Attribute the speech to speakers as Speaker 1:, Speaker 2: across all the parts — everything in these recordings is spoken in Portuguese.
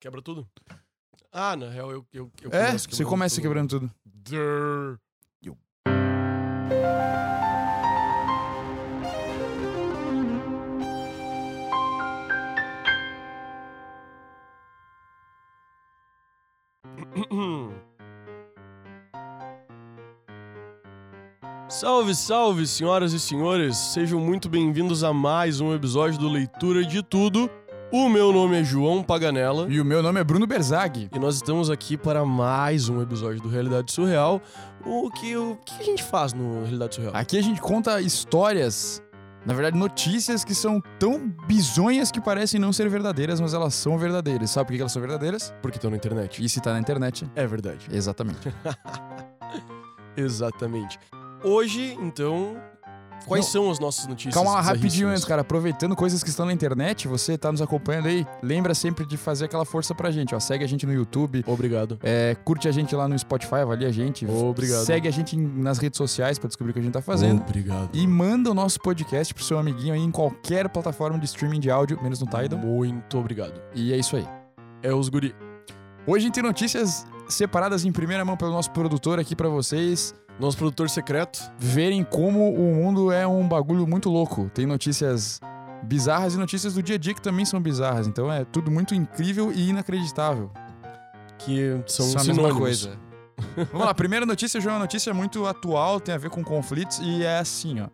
Speaker 1: Quebra tudo. Ah, na real, eu. eu, eu
Speaker 2: É,
Speaker 1: começo
Speaker 2: você começa quebrando tudo.
Speaker 1: Drrr. Salve, salve, senhoras e senhores! Sejam muito bem-vindos a mais um episódio do Leitura de Tudo. O meu nome é João Paganella.
Speaker 2: E o meu nome é Bruno Berzag.
Speaker 1: E nós estamos aqui para mais um episódio do Realidade Surreal. O que, o que a gente faz no Realidade Surreal? Ah,
Speaker 2: Aqui a gente conta histórias, na verdade notícias que são tão bizonhas que parecem não ser verdadeiras, mas elas são verdadeiras. Sabe por que elas são verdadeiras?
Speaker 1: Porque estão na internet.
Speaker 2: E se tá na internet,
Speaker 1: É verdade.
Speaker 2: exatamente.
Speaker 1: Exatamente. Hoje, então, quais
Speaker 2: Não.
Speaker 1: são as nossas notícias?
Speaker 2: Calma lá, rapidinho
Speaker 1: bizarríssimas?
Speaker 2: antes, cara. Aproveitando coisas que estão na internet, você tá nos acompanhando aí, lembra sempre de fazer aquela força pra gente, ó. Segue a gente no YouTube,
Speaker 1: Obrigado.
Speaker 2: é, curte a gente lá no Spotify, avalia a gente.
Speaker 1: Obrigado.
Speaker 2: Segue a gente em- nas redes sociais pra descobrir o que a gente tá fazendo.
Speaker 1: Obrigado.
Speaker 2: E manda o nosso podcast pro seu amiguinho aí em qualquer plataforma de streaming de áudio, menos no Tidal.
Speaker 1: Muito obrigado.
Speaker 2: E é isso aí.
Speaker 1: É os guri.
Speaker 2: Hoje a gente tem notícias separadas em primeira mão pelo nosso produtor aqui pra vocês
Speaker 1: Nosso produtor secreto.
Speaker 2: verem como o mundo é um bagulho muito louco. Tem notícias bizarras e notícias do dia a dia que também são bizarras. Então é tudo muito incrível e inacreditável.
Speaker 1: Que são
Speaker 2: São a
Speaker 1: sinônimos.
Speaker 2: mesma coisa. Vamos lá, primeira notícia, João, é uma notícia muito atual, tem a ver com conflitos e é assim, ó.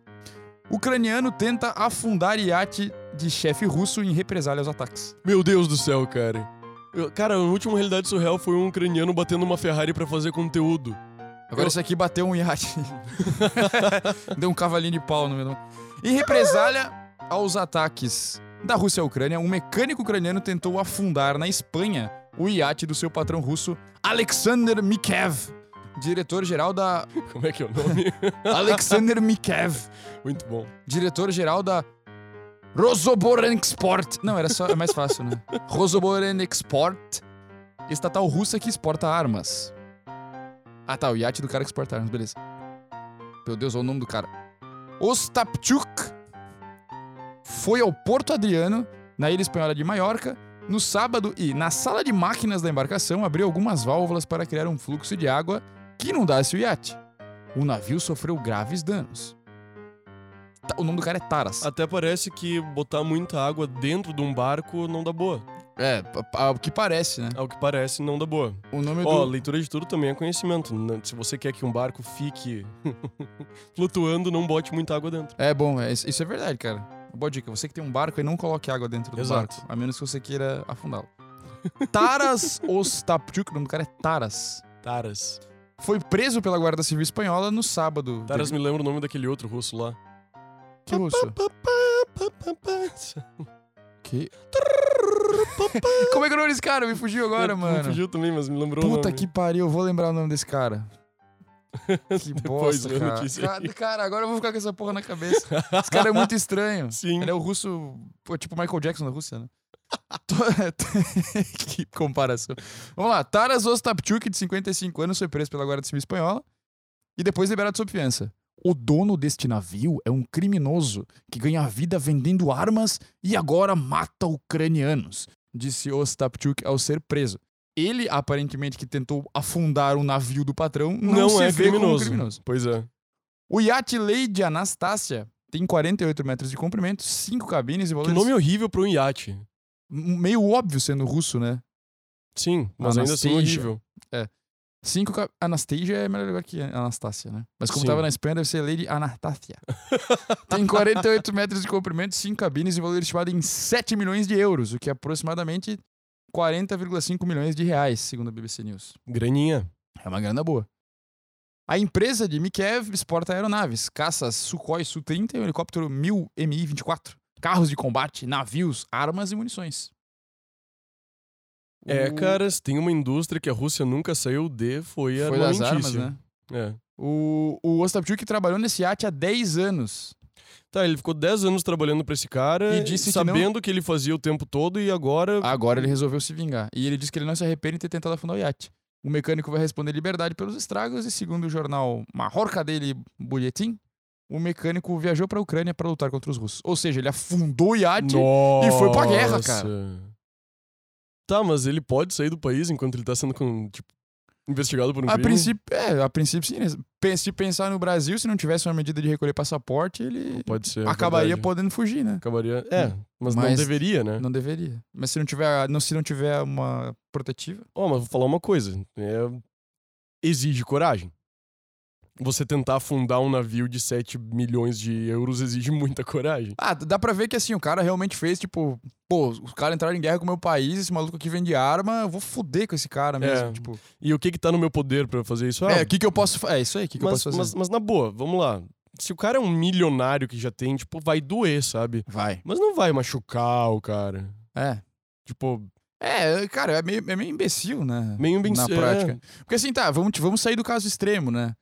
Speaker 2: Ucraniano tenta afundar iate de chefe russo em represália aos ataques.
Speaker 1: Meu Deus do céu, cara. Eu- cara, o último Realidade Surreal foi um ucraniano batendo uma Ferrari pra fazer conteúdo.
Speaker 2: Agora
Speaker 1: Eu-
Speaker 2: isso aqui bateu um iate. Deu um cavalinho de pau no meu nome. Em represália aos ataques da Rússia à Ucrânia, um mecânico ucraniano tentou afundar na Espanha o iate do seu patrão russo, Alexander Mikev, diretor-geral da
Speaker 1: Como é que é o nome?
Speaker 2: Alexander Mikev.
Speaker 1: Muito bom.
Speaker 2: diretor-geral da Rosoborenexport. Não, era só, é mais fácil, né? tá, Rosoborenexport, estatal russa que exporta armas. Ah, tá, o iate do cara que exporta armas, beleza. Meu Deus, olha o nome do cara. Ostapchuk foi ao Porto Adriano, na ilha espanhola de Maiorca, no sábado e, na sala de máquinas da embarcação, abriu algumas válvulas para criar um fluxo de água que inundasse o iate. O navio sofreu graves danos. Ta- O nome do cara é Taras.
Speaker 1: Até parece que botar muita água dentro de um barco não dá boa.
Speaker 2: É, p- p- ao que parece, né?
Speaker 1: Ao que parece, não dá boa.
Speaker 2: O nome
Speaker 1: Ó,
Speaker 2: do.
Speaker 1: leitura de tudo também é conhecimento. Não- Se você quer que um barco fique flutuando, não bote muita água dentro.
Speaker 2: É bom, é, isso isso é verdade, cara. Uma Boa dica. Você que tem um barco aí, não coloque água dentro do
Speaker 1: Exato.
Speaker 2: barco. A menos que você queira afundá-lo. Taras Ostapchuk, o nome do cara é Taras.
Speaker 1: Taras.
Speaker 2: Foi preso pela Guarda Civil Espanhola no sábado.
Speaker 1: Taras me lembra o nome daquele outro russo lá.
Speaker 2: Que russo? Que... Como é que é o nome desse cara? Me fugiu agora,
Speaker 1: É,
Speaker 2: mano.
Speaker 1: Me fugiu também, mas me lembrou o
Speaker 2: Puta
Speaker 1: nome.
Speaker 2: que pariu, eu vou lembrar o nome desse cara. Que
Speaker 1: Depois
Speaker 2: bosta,
Speaker 1: lê a
Speaker 2: cara.
Speaker 1: notícia aí.
Speaker 2: cara. Cara, agora eu vou ficar com essa porra na cabeça. Esse cara é muito estranho.
Speaker 1: Sim.
Speaker 2: Ele é o russo, pô, tipo Michael Jackson da Rússia, né? To- que comparação. Vamos lá, Taras Ostapchuk, de 55 anos, foi preso pela Guarda Civil Espanhola e depois liberado sob fiança. O dono deste navio é um criminoso que ganha vida vendendo armas e agora mata ucranianos, disse Ostapchuk ao ser preso. Ele, aparentemente, que tentou afundar o navio do patrão, não,
Speaker 1: Não
Speaker 2: se
Speaker 1: é
Speaker 2: vê como
Speaker 1: criminoso.
Speaker 2: criminoso.
Speaker 1: Pois é.
Speaker 2: O iate Lady Anastácia tem 48 metros de comprimento, 5 cabines e
Speaker 1: Que
Speaker 2: valores...
Speaker 1: nome horrível pra um iate.
Speaker 2: Meio óbvio sendo russo, né?
Speaker 1: Sim, mas
Speaker 2: Ah,
Speaker 1: ainda assim
Speaker 2: Anastasia.
Speaker 1: horrível.
Speaker 2: 5 ca... Anastasia é melhor lugar que Anastácia, né? Mas como
Speaker 1: Sim.
Speaker 2: tava na Espanha, deve ser Lady Anastácia. tem 48 metros de comprimento, 5 cabines e valor estimado em 7 milhões de euros, o que é aproximadamente 40,5 milhões de reais, segundo a BBC News.
Speaker 1: Graninha.
Speaker 2: É uma grana boa. A empresa de Mikev exporta aeronaves, caças Sukhoi Su-30 e um helicóptero 1000 Mi-24, carros de combate, navios, armas e munições.
Speaker 1: É,
Speaker 2: O-
Speaker 1: cara, se tem uma indústria que a Rússia nunca saiu de, foi a
Speaker 2: Foi das armas, né?
Speaker 1: É.
Speaker 2: O, o Ostapchuk trabalhou nesse iate há 10 anos.
Speaker 1: Tá, ele ficou 10 anos trabalhando pra esse cara,
Speaker 2: E disse que
Speaker 1: sabendo que, ele fazia o tempo todo e agora.
Speaker 2: Agora ele resolveu se vingar. E ele disse que ele não se arrepende de ter tentado afundar o iate. O mecânico vai responder liberdade pelos estragos e, segundo o jornal Marroca dele Bulletin, o mecânico viajou pra Ucrânia pra lutar Ah, contra os russos. Ou seja, ele afundou o iate
Speaker 1: Nossa.
Speaker 2: E foi pra guerra, cara.
Speaker 1: Tá, mas ele pode sair do país enquanto ele tá sendo com, tipo, investigado por um
Speaker 2: A
Speaker 1: crime?
Speaker 2: princípio, é, a princípio sim. né? Pe- Se pensar no Brasil, se não tivesse uma medida de recolher passaporte, ele
Speaker 1: Pode ser. é
Speaker 2: acabaria
Speaker 1: verdade.
Speaker 2: podendo fugir, né?
Speaker 1: Acabaria. É, mas, não
Speaker 2: Mas-
Speaker 1: deveria, né?
Speaker 2: Não deveria. Mas se não tiver, não, se não tiver uma protetiva,
Speaker 1: Ó, mas vou falar uma coisa. é- Exige coragem. Você tentar afundar um navio de 7 milhões de euros exige muita coragem.
Speaker 2: Ah, d- dá pra ver que assim, o cara realmente fez, tipo, pô, os caras entraram em guerra com o meu país, esse maluco aqui vende arma, eu vou foder com esse cara mesmo.
Speaker 1: É.
Speaker 2: Tipo,
Speaker 1: E o que que tá no meu poder pra eu fazer isso? Ah,
Speaker 2: é, o que que eu posso fazer? É isso aí, o que que eu
Speaker 1: mas,
Speaker 2: posso fazer?
Speaker 1: mas, mas na boa, vamos lá. Se o cara é um milionário que já tem, tipo, vai doer, sabe?
Speaker 2: Vai.
Speaker 1: Mas não vai machucar o cara.
Speaker 2: É.
Speaker 1: Tipo,
Speaker 2: É, cara, é meio, é meio imbecil, né?
Speaker 1: meio bem
Speaker 2: Na
Speaker 1: é,
Speaker 2: prática. Porque assim, tá, vamos, te- vamos sair do caso extremo, né?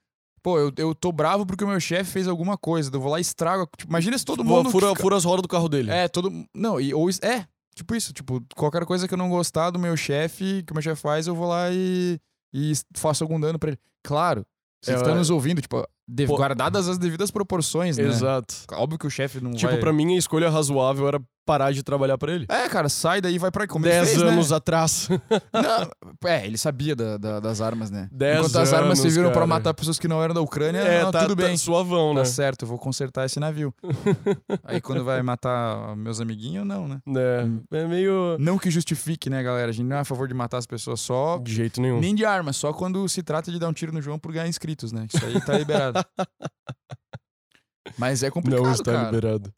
Speaker 2: Pô, eu, eu tô bravo porque o meu chefe fez alguma coisa, eu vou lá e estrago. Tipo, imagina se todo
Speaker 1: Vo-
Speaker 2: mundo.
Speaker 1: Fura, fura as rodas do carro dele.
Speaker 2: É, todo. Não, e, ou. is- É, tipo isso. Tipo, qualquer coisa que eu não gostar do meu chefe, que o meu chefe faz, eu vou lá e, e s- faço algum dano pra ele. Claro, você
Speaker 1: É,
Speaker 2: está
Speaker 1: eu-
Speaker 2: nos ouvindo, tipo, de-
Speaker 1: Pô-
Speaker 2: guardadas as devidas proporções,
Speaker 1: É,
Speaker 2: né?
Speaker 1: Exato.
Speaker 2: Óbvio que o chefe não
Speaker 1: Tipo,
Speaker 2: vai.
Speaker 1: pra mim a escolha razoável era parar de trabalhar pra ele.
Speaker 2: É, cara, sai daí e vai pra aí. Como ele
Speaker 1: Dez
Speaker 2: fez, né?
Speaker 1: anos atrás.
Speaker 2: Não, é, ele sabia da- da- das armas, né?
Speaker 1: Dez
Speaker 2: Enquanto as
Speaker 1: anos,
Speaker 2: armas serviram pra
Speaker 1: cara.
Speaker 2: matar pessoas que não eram da Ucrânia, não,
Speaker 1: tá,
Speaker 2: tudo
Speaker 1: tá
Speaker 2: bem.
Speaker 1: suavão, né?
Speaker 2: Tá certo, eu vou consertar esse navio. aí quando vai matar meus amiguinhos, não, né?
Speaker 1: É, é meio.
Speaker 2: Não que justifique, né, galera? A gente não é a favor de matar as pessoas só.
Speaker 1: De jeito nenhum.
Speaker 2: Nem é de arma, só quando se trata de dar um tiro no João por ganhar inscritos, né? Isso aí tá liberado. Mas é complicado,
Speaker 1: Não está
Speaker 2: cara.
Speaker 1: liberado.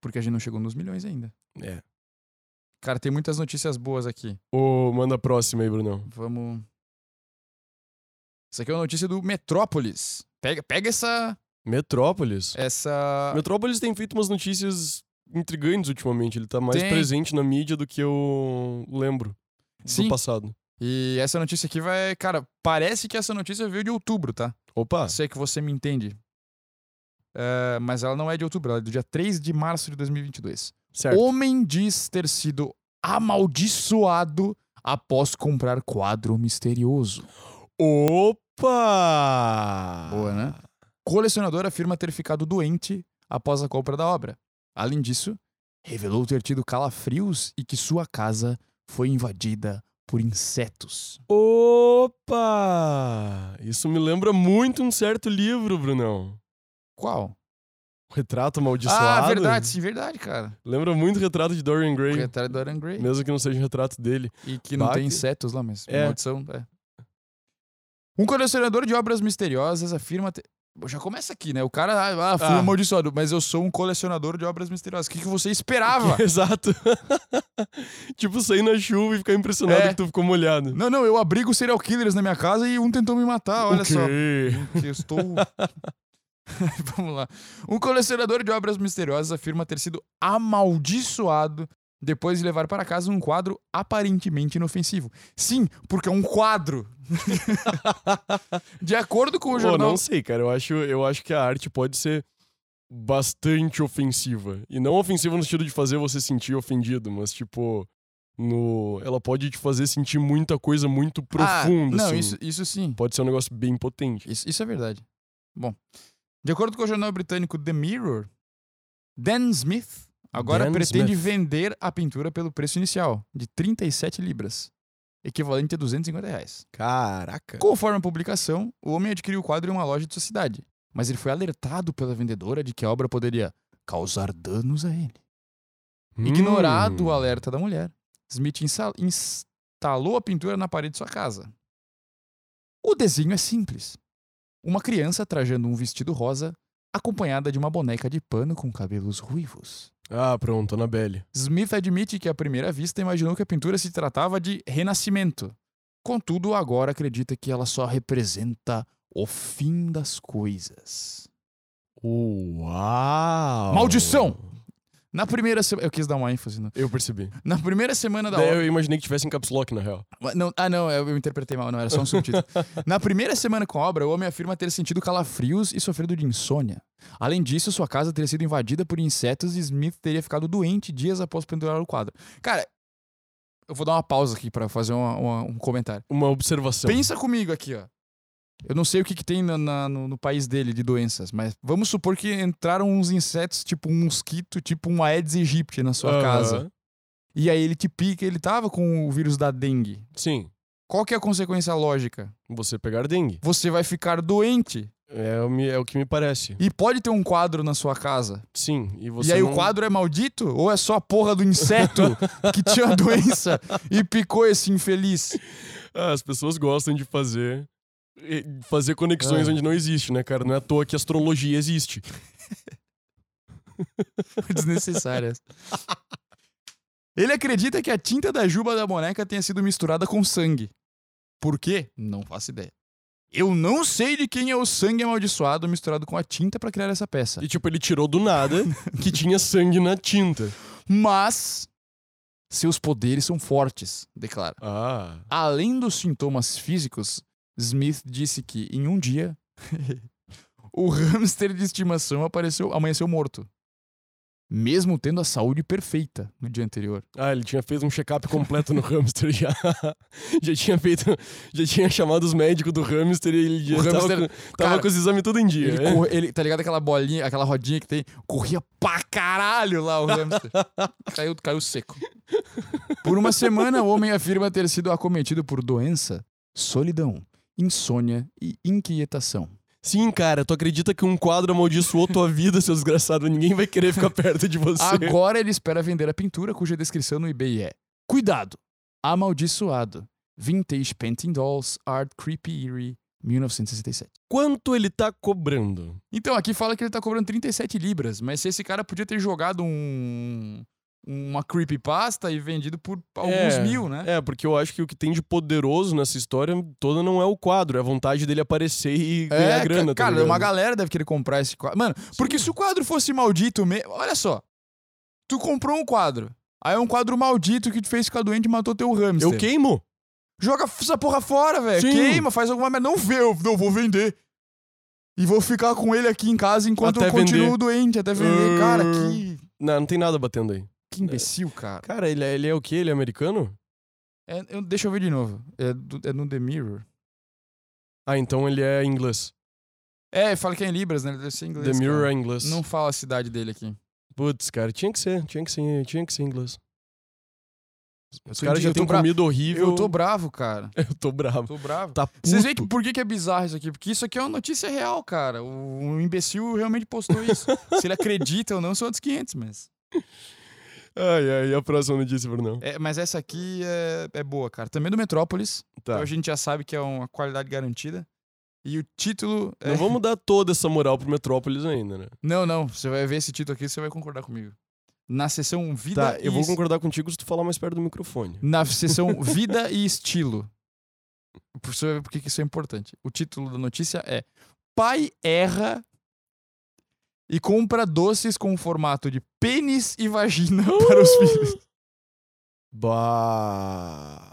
Speaker 2: Porque a gente não chegou nos milhões ainda.
Speaker 1: É.
Speaker 2: Cara, tem muitas notícias boas aqui.
Speaker 1: Ô, manda a próxima aí, Brunão.
Speaker 2: Vamos. Isso aqui é uma notícia do Metrópolis. Pega, pega essa.
Speaker 1: Metrópolis.
Speaker 2: essa...
Speaker 1: É, Metrópolis tem feito umas notícias intrigantes ultimamente. Ele tá mais
Speaker 2: Tem.
Speaker 1: presente na mídia do que eu lembro
Speaker 2: Sim.
Speaker 1: do passado.
Speaker 2: E essa notícia aqui vai. Cara, parece que essa notícia veio de outubro, tá?
Speaker 1: Opa!
Speaker 2: Sei que você me entende. É, mas ela não é de outubro, ela é do dia 3 de março de 2022.
Speaker 1: Certo.
Speaker 2: Homem diz ter sido amaldiçoado após comprar quadro misterioso.
Speaker 1: Opa!
Speaker 2: Boa, né? Colecionador afirma ter ficado doente após a compra da obra. Além disso, revelou ter tido calafrios e que sua casa foi invadida por insetos.
Speaker 1: Opa! Isso me lembra muito um certo livro, Brunão.
Speaker 2: Qual?
Speaker 1: O Retrato Amaldiçoado.
Speaker 2: Ah, verdade, sim, verdade, cara.
Speaker 1: Lembra muito o retrato de Dorian
Speaker 2: O
Speaker 1: Gray.
Speaker 2: retrato do Dorian Gray.
Speaker 1: Mesmo que não seja um retrato dele.
Speaker 2: E que não
Speaker 1: Bah,
Speaker 2: tem
Speaker 1: que-
Speaker 2: insetos lá, mas
Speaker 1: É.
Speaker 2: maldição. É. Um colecionador de obras misteriosas afirma. ter- Bom, Já começa aqui, né? O cara, ah, ah, fui
Speaker 1: Ah.
Speaker 2: amaldiçoado, mas eu sou um colecionador de obras misteriosas. O que, que você esperava?
Speaker 1: Exato. tipo, sair na chuva e ficar impressionado
Speaker 2: É.
Speaker 1: que tu ficou molhado.
Speaker 2: não, não, eu abrigo serial killers na minha casa e um tentou me matar, olha só.
Speaker 1: Ok.
Speaker 2: que eu estou. Vamos lá. Um colecionador de obras misteriosas afirma ter sido amaldiçoado depois de levar para casa um quadro aparentemente inofensivo. Sim, porque é um quadro. de acordo com o
Speaker 1: Pô,
Speaker 2: jornal. Ah,
Speaker 1: não sei, cara. Eu acho, eu acho que a arte pode ser bastante ofensiva. E não ofensiva no sentido de fazer você sentir ofendido, mas tipo. No... Ela pode te fazer sentir muita coisa muito profunda.
Speaker 2: ah, não
Speaker 1: assim.
Speaker 2: isso, isso sim.
Speaker 1: Pode ser um negócio bem potente.
Speaker 2: Isso, isso é verdade. Bom, de acordo com o jornal britânico The Mirror, Dan Smith agora
Speaker 1: Dan
Speaker 2: pretende
Speaker 1: Smith.
Speaker 2: vender a pintura pelo preço inicial de 37 libras, equivalente a 250 reais.
Speaker 1: Caraca.
Speaker 2: Conforme a publicação, o homem adquiriu o quadro em uma loja de sua cidade, mas ele foi alertado pela vendedora de que a obra poderia causar danos a ele. Hum.
Speaker 1: Hum.
Speaker 2: Ignorado o alerta da mulher, Smith insa- instalou a pintura na parede de sua casa. O desenho é simples. Uma criança trajando um vestido rosa, acompanhada de uma boneca de pano com cabelos ruivos.
Speaker 1: Ah, pronto, Anabelle.
Speaker 2: Smith admite que à primeira vista imaginou que a pintura se tratava de renascimento. Contudo, agora acredita que ela só representa o fim das coisas.
Speaker 1: Uau!
Speaker 2: Maldição! Na primeira semana. Eu quis dar uma ênfase. Não.
Speaker 1: Eu percebi.
Speaker 2: Na primeira semana da
Speaker 1: Daí
Speaker 2: obra.
Speaker 1: eu imaginei que tivesse em caps lock, na real.
Speaker 2: Não, ah, não, eu eu interpretei mal, não, era só um subtítulo. Na primeira semana com a obra, o homem afirma ter sentido calafrios e sofrido de insônia. Além disso, sua casa teria sido invadida por insetos e Smith teria ficado doente dias após pendurar o quadro. Cara, eu vou dar uma pausa aqui pra fazer uma- uma- um comentário.
Speaker 1: Uma observação.
Speaker 2: Pensa comigo aqui, ó. Eu não sei o que, que tem na- na- no, no país dele de doenças, mas vamos supor que entraram uns insetos, tipo um mosquito, tipo um Aedes aegypti na sua
Speaker 1: Aham.
Speaker 2: casa. E aí ele te pica, ele tava com o vírus da dengue.
Speaker 1: Sim,
Speaker 2: Qual que é a consequência lógica?
Speaker 1: você pegar dengue.
Speaker 2: Você vai ficar doente
Speaker 1: É, o me- é o que me parece.
Speaker 2: e pode ter um quadro na sua casa.
Speaker 1: Sim, e você
Speaker 2: e aí
Speaker 1: não...
Speaker 2: o quadro é maldito ou é só a porra do inseto que tinha a doença e picou esse infeliz?
Speaker 1: Ah, as pessoas gostam de fazer eh, fazer conexões
Speaker 2: Ah.
Speaker 1: onde não existe, né, cara? Não é à toa que astrologia existe.
Speaker 2: Desnecessárias. Ele acredita que a tinta da juba da boneca tenha sido misturada com sangue. Por quê? Não faço ideia. Eu não sei de quem é o sangue amaldiçoado misturado com a tinta pra criar essa peça.
Speaker 1: E tipo, ele tirou do nada que tinha sangue na tinta.
Speaker 2: Mas seus poderes são fortes, declara.
Speaker 1: Ah,
Speaker 2: Além dos sintomas físicos, Smith disse que em um dia o hamster de estimação apareceu, amanheceu morto. Mesmo tendo a saúde perfeita no dia anterior.
Speaker 1: ah ele tinha feito um check-up completo no hamster já. já tinha feito, já tinha chamado os médicos do hamster e ele já
Speaker 2: O
Speaker 1: tava,
Speaker 2: hamster-
Speaker 1: com, tava
Speaker 2: cara,
Speaker 1: com os exames todo em dia.
Speaker 2: Tá Ele,
Speaker 1: é.
Speaker 2: corre- ele- tá ligado aquela bolinha, aquela rodinha que tem? Corria pra caralho lá o hamster. caiu, caiu seco. Por uma semana, o homem afirma ter sido acometido por doença, solidão, insônia e inquietação.
Speaker 1: Sim, cara, tu acredita que um quadro amaldiçoou tua vida, seu desgraçado? Ninguém vai querer ficar perto de você.
Speaker 2: Agora ele espera vender a pintura, cuja descrição no eBay é: Cuidado! Amaldiçoado. Vintage Painting Dolls, Art Creepy Eerie, 1967.
Speaker 1: Quanto ele tá cobrando?
Speaker 2: Então, aqui fala que ele tá cobrando 37 libras, mas se esse cara podia ter jogado um. uma creepypasta e vendido por alguns
Speaker 1: É,
Speaker 2: mil, né?
Speaker 1: É, porque eu acho que o que tem de poderoso nessa história toda não é o quadro, é a vontade dele aparecer e ganhar
Speaker 2: É, ca-
Speaker 1: grana. tá
Speaker 2: cara,
Speaker 1: ligado?
Speaker 2: uma galera deve querer comprar esse quadro. Mano, porque se o quadro fosse maldito mesmo. Olha só. Tu comprou um quadro. Aí é um quadro maldito que te fez ficar doente e matou teu hamster.
Speaker 1: Eu queimo.
Speaker 2: Joga f- essa porra fora, velho.
Speaker 1: Sim.
Speaker 2: Queima, faz alguma merda. Não vê, eu não vou vender. E vou ficar com ele aqui em casa enquanto
Speaker 1: Até
Speaker 2: eu continuo
Speaker 1: vender.
Speaker 2: doente, até vender.
Speaker 1: Ah.
Speaker 2: Cara, que,
Speaker 1: Não, não tem nada batendo aí.
Speaker 2: que imbecil, cara.
Speaker 1: Cara, ele é, ele é o quê? Ele é americano?
Speaker 2: É- eu- deixa eu ver de novo. É, do- é no The Mirror.
Speaker 1: Ah, então ele é inglês.
Speaker 2: É, fala que é em Libras, né? Deve ser em inglês.
Speaker 1: The Mirror
Speaker 2: cara.
Speaker 1: é inglês.
Speaker 2: Não fala a cidade dele aqui.
Speaker 1: Putz, cara, tinha que ser, tinha que ser, tinha que ser inglês. Os
Speaker 2: tô
Speaker 1: caras
Speaker 2: indi-
Speaker 1: já
Speaker 2: eu tô
Speaker 1: têm
Speaker 2: bra-
Speaker 1: comida horrível.
Speaker 2: Eu tô bravo, cara.
Speaker 1: eu tô bravo.
Speaker 2: Tô bravo.
Speaker 1: Tá puto.
Speaker 2: Vocês veem que- por que, que é bizarro isso aqui? Porque isso aqui é uma notícia real, cara. O- Um imbecil realmente postou isso. Se ele acredita ou não, são outros 500, mas.
Speaker 1: Ai, ai, e a próxima notícia, Bruno?
Speaker 2: É, mas essa aqui é, é boa, cara. Também do Metrópolis.
Speaker 1: Tá.
Speaker 2: Hoje a gente já sabe que é uma qualidade garantida. E o título. é-
Speaker 1: Não vamos dar toda essa moral pro Metrópolis ainda, né?
Speaker 2: Não, não. Você vai ver esse título aqui, você vai concordar comigo. Na seção Vida
Speaker 1: Tá,
Speaker 2: e
Speaker 1: eu vou
Speaker 2: Es-
Speaker 1: concordar contigo se tu falar mais perto do microfone.
Speaker 2: Na seção Vida e Estilo. Pra Você vai ver por que que isso é importante. O título da notícia é Pai erra e compra doces com formato de pênis e vagina para
Speaker 1: Uh!
Speaker 2: os filhos.
Speaker 1: Bah.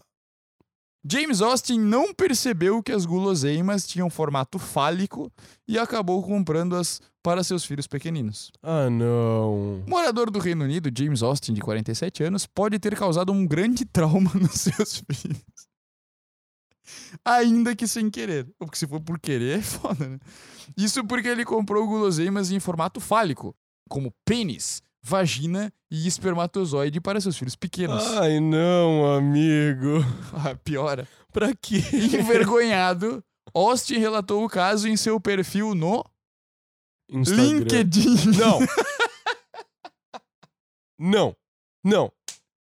Speaker 2: James Austin não percebeu que as guloseimas tinham formato fálico e acabou comprando-as para seus filhos pequeninos.
Speaker 1: Ah, não.
Speaker 2: Morador do Reino Unido, James Austin, de 47 anos, pode ter causado um grande trauma nos seus filhos. Ainda que sem querer. Ou Porque se for por querer, é foda, né? Isso porque ele comprou guloseimas em formato fálico, como pênis, vagina e espermatozoide para seus filhos pequenos.
Speaker 1: Ai, não, amigo.
Speaker 2: Ah, piora.
Speaker 1: Pra quê?
Speaker 2: Envergonhado, Austin relatou o caso em seu perfil no
Speaker 1: Instagram.
Speaker 2: LinkedIn.
Speaker 1: Não. não. Não.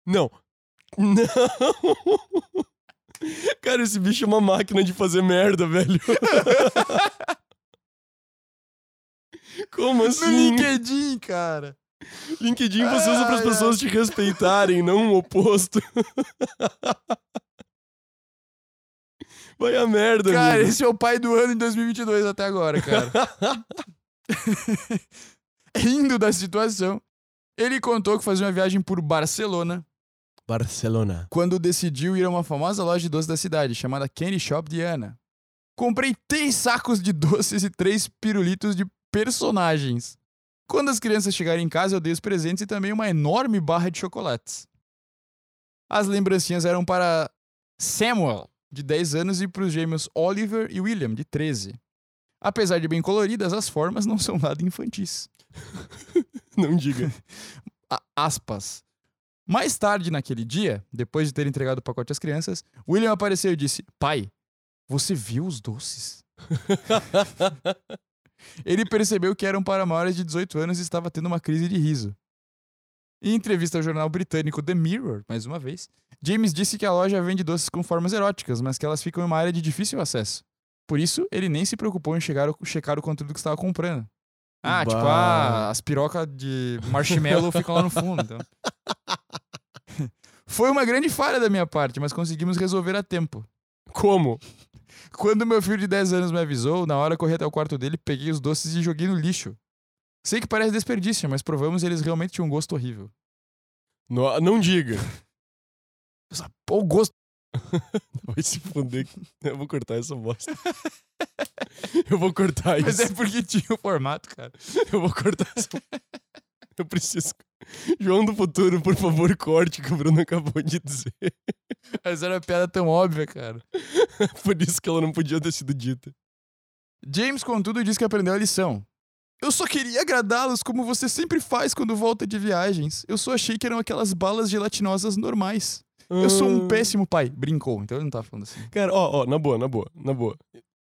Speaker 1: Não. Não. Cara, esse bicho é uma máquina de fazer merda, velho. Como
Speaker 2: No
Speaker 1: assim?
Speaker 2: LinkedIn, cara.
Speaker 1: LinkedIn você usa para as
Speaker 2: Ai,
Speaker 1: pessoas te respeitarem, não o oposto. Vai a merda,
Speaker 2: Cara,
Speaker 1: amigo.
Speaker 2: esse é o pai do ano em 2022 até agora, cara. Rindo da situação, ele contou que fazia uma viagem por Barcelona
Speaker 1: Barcelona.
Speaker 2: quando decidiu ir a uma famosa loja de doces da cidade, chamada Candy Shop Diana. Comprei três sacos de doces e três pirulitos de personagens. Quando as crianças chegarem em casa, eu dei os presentes e também uma enorme barra de chocolates. As lembrancinhas eram para Samuel, de 10 anos, e para os gêmeos Oliver e William, de 13. Apesar de bem coloridas, as formas não são nada infantis
Speaker 1: Não diga.
Speaker 2: a- aspas. Mais tarde naquele dia, depois de ter entregado o pacote às crianças, William apareceu e disse: Pai, você viu os doces? Ele percebeu que eram para maiores de 18 anos e estava tendo uma crise de riso. Em entrevista ao jornal britânico The Mirror, mais uma vez, James disse que a loja vende doces com formas eróticas, mas que elas ficam em uma área de difícil acesso. Por isso, ele nem se preocupou em chegar o- checar o conteúdo que estava comprando. Ah, tipo,
Speaker 1: Bah.
Speaker 2: ah, as pirocas de marshmallow ficam lá no fundo. Então. Foi uma grande falha da minha parte, mas conseguimos resolver a tempo.
Speaker 1: Como?
Speaker 2: Quando meu filho de 10 anos me avisou, na hora corri até o quarto dele, peguei os doces e joguei no lixo. Sei que parece desperdício, mas provamos e eles realmente tinham um gosto horrível.
Speaker 1: No- não diga.
Speaker 2: Pô, o gosto.
Speaker 1: Vai se fuder. Eu vou cortar essa bosta. Eu vou cortar isso.
Speaker 2: Mas é porque tinha o formato, cara.
Speaker 1: Eu vou cortar essa. Eu preciso. João do Futuro, por favor, corte o que o Bruno acabou de dizer.
Speaker 2: Mas era uma piada tão óbvia, cara.
Speaker 1: Por isso que ela não podia ter sido dita.
Speaker 2: James, contudo, diz que aprendeu a lição. Eu só queria agradá-los como você sempre faz quando volta de viagens. Eu só achei que eram aquelas balas gelatinosas normais. Eu sou um
Speaker 1: Ah.
Speaker 2: péssimo pai. Brincou, então ele não tá falando assim.
Speaker 1: Cara, ó, ó, na boa, na boa, na boa.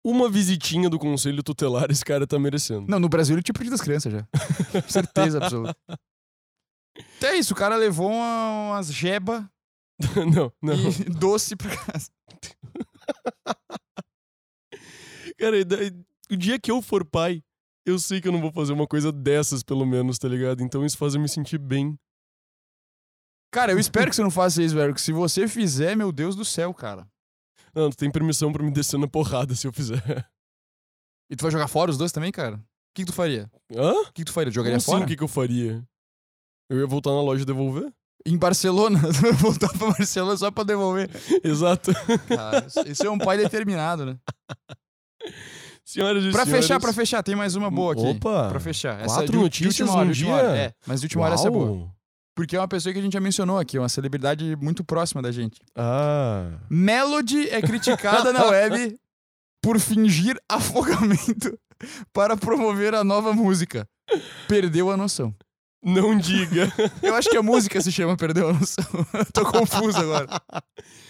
Speaker 1: Uma visitinha do conselho tutelar esse cara tá merecendo.
Speaker 2: Não, no Brasil ele tinha perdido as crianças já. Certeza absoluta. Então é isso, o cara levou uma- umas jeba
Speaker 1: não, não.
Speaker 2: e doce pra casa.
Speaker 1: Cara, e daí- o dia que eu for pai, eu sei que eu não vou fazer uma coisa dessas, pelo menos, tá ligado? Então isso faz eu me sentir bem.
Speaker 2: Cara, eu espero que você não faça isso, velho. que Se você fizer, meu Deus do céu, cara.
Speaker 1: Não, tu tem permissão pra me descer na porrada se eu fizer.
Speaker 2: E tu vai jogar fora os dois também, cara? O que, que tu faria?
Speaker 1: Hã?
Speaker 2: O que, que tu faria?
Speaker 1: Como
Speaker 2: Jogaria
Speaker 1: assim,
Speaker 2: fora?
Speaker 1: o que, que eu faria? Eu ia voltar na loja e devolver?
Speaker 2: Em Barcelona. Tu vai voltar pra Barcelona só pra devolver.
Speaker 1: Exato.
Speaker 2: Cara, isso- isso é um pai determinado, né?
Speaker 1: Senhoras e
Speaker 2: Pra
Speaker 1: senhores.
Speaker 2: fechar, pra fechar, tem mais uma boa aqui.
Speaker 1: Opa!
Speaker 2: Pra fechar. é
Speaker 1: Quatro
Speaker 2: de u- de
Speaker 1: notícias
Speaker 2: última hora,
Speaker 1: num
Speaker 2: de última
Speaker 1: dia?
Speaker 2: hora. É, mas de última hora essa é
Speaker 1: Uau!
Speaker 2: boa. Porque é uma pessoa que a gente já mencionou aqui, uma celebridade muito próxima da gente.
Speaker 1: Ah.
Speaker 2: Melody é criticada na web por fingir afogamento para promover a nova música. Perdeu a noção.
Speaker 1: Não diga.
Speaker 2: Eu acho que a música se chama Perdeu a Noção. Tô confuso agora.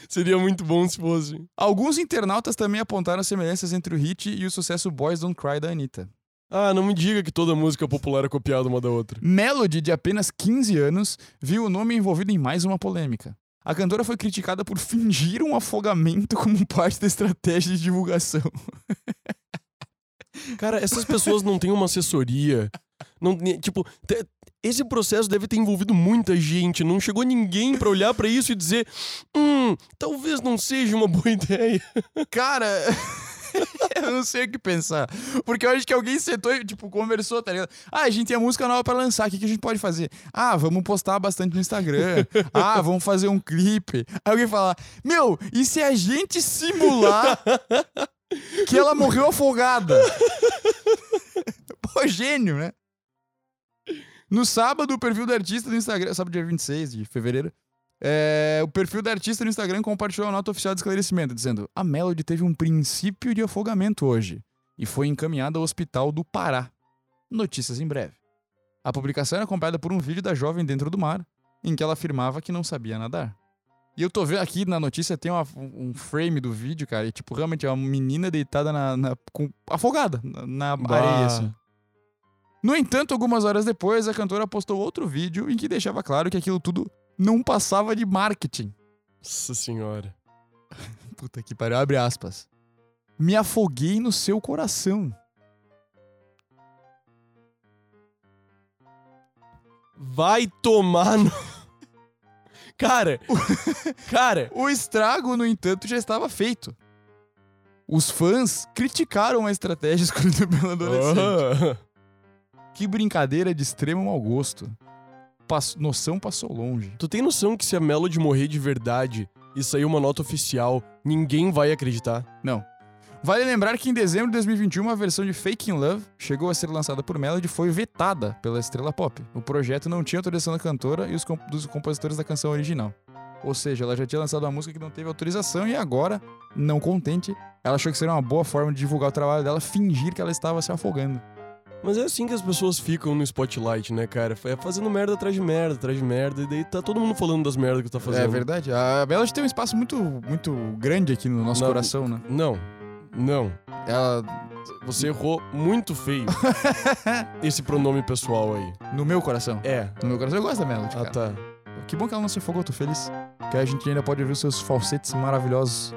Speaker 1: Seria muito bom se fosse.
Speaker 2: Alguns internautas também apontaram semelhanças entre o hit e o sucesso Boys Don't Cry da Anitta.
Speaker 1: Ah, não me diga que toda música popular é copiada uma da outra.
Speaker 2: Melody, de apenas 15 anos, viu o nome envolvido em mais uma polêmica. A cantora foi criticada por fingir um afogamento como parte da estratégia de divulgação.
Speaker 1: Cara, essas pessoas não têm uma assessoria. Não, ni- tipo, te- esse processo deve ter envolvido muita gente. Não chegou ninguém pra olhar pra isso e dizer: hum, talvez não seja uma boa ideia.
Speaker 2: Cara, eu não sei o que pensar. Porque eu acho que alguém sentou e, tipo, conversou, tá ligado? Ah, a gente tem a música nova pra lançar, o que, que a gente pode fazer? Ah, vamos postar bastante no Instagram. Ah, vamos fazer um clipe. Aí alguém fala, meu, e se a gente simular que ela morreu afogada? Pô, gênio, né? No sábado, o perfil da artista no Instagram, sábado dia 26 de fevereiro, é, o perfil da artista no Instagram compartilhou a nota oficial de esclarecimento, dizendo: A Melody teve um princípio de afogamento hoje e foi encaminhada ao hospital do Pará. Notícias em breve. A publicação era acompanhada por um vídeo da jovem dentro do mar, em que ela afirmava que não sabia nadar. E eu tô vendo aqui na notícia, tem uma- um frame do vídeo, cara, e tipo, realmente é uma menina deitada na. na- com- afogada na, na areia, assim. No entanto, algumas horas depois, a cantora postou outro vídeo em que deixava claro que aquilo tudo não passava de marketing.
Speaker 1: Nossa senhora.
Speaker 2: Puta que pariu, abre aspas. Me afoguei no seu coração.
Speaker 1: Vai tomar no. Cara! cara!
Speaker 2: O estrago, no entanto, já estava feito. Os fãs criticaram a estratégia escolhida pela adolescente.
Speaker 1: Ah.
Speaker 2: Que brincadeira de extremo mau gosto. Pass- noção passou longe.
Speaker 1: Tu tem noção que se a Melody morrer de verdade e sair uma nota oficial, ninguém vai acreditar?
Speaker 2: Não. Vale lembrar que em dezembro de 2021, a versão de Fake in Love chegou a ser lançada por Melody e foi vetada pela estrela pop. O projeto não tinha autorização da cantora e os com- dos compositores da canção original. Ou seja, ela já tinha lançado uma música que não teve autorização e agora, não contente, ela achou que seria uma boa forma de divulgar o trabalho dela fingir que ela estava se afogando.
Speaker 1: Mas é assim que as pessoas ficam no spotlight, né, cara? É fazendo merda atrás de merda, atrás de merda, e daí tá todo mundo falando das merdas que tá fazendo.
Speaker 2: É verdade. A Bela tem um espaço muito, muito grande aqui no nosso
Speaker 1: Na-
Speaker 2: coração, né?
Speaker 1: Não, não.
Speaker 2: Ela,
Speaker 1: Você errou muito feio esse pronome pessoal aí.
Speaker 2: no meu coração.
Speaker 1: É.
Speaker 2: No meu coração eu gosto da Melody,
Speaker 1: Ah,
Speaker 2: cara.
Speaker 1: tá.
Speaker 2: Que bom que ela não se afogou, tô feliz. Que a gente ainda pode ouvir os seus falsetes maravilhosos.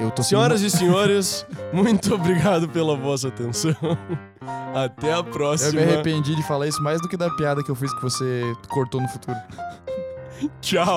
Speaker 2: Eu tô
Speaker 1: Senhoras e senhores, muito obrigado pela vossa atenção. Até a
Speaker 2: Eu
Speaker 1: próxima.
Speaker 2: me arrependi de falar isso mais do que da piada que eu fiz que você cortou no futuro.
Speaker 1: Tchau.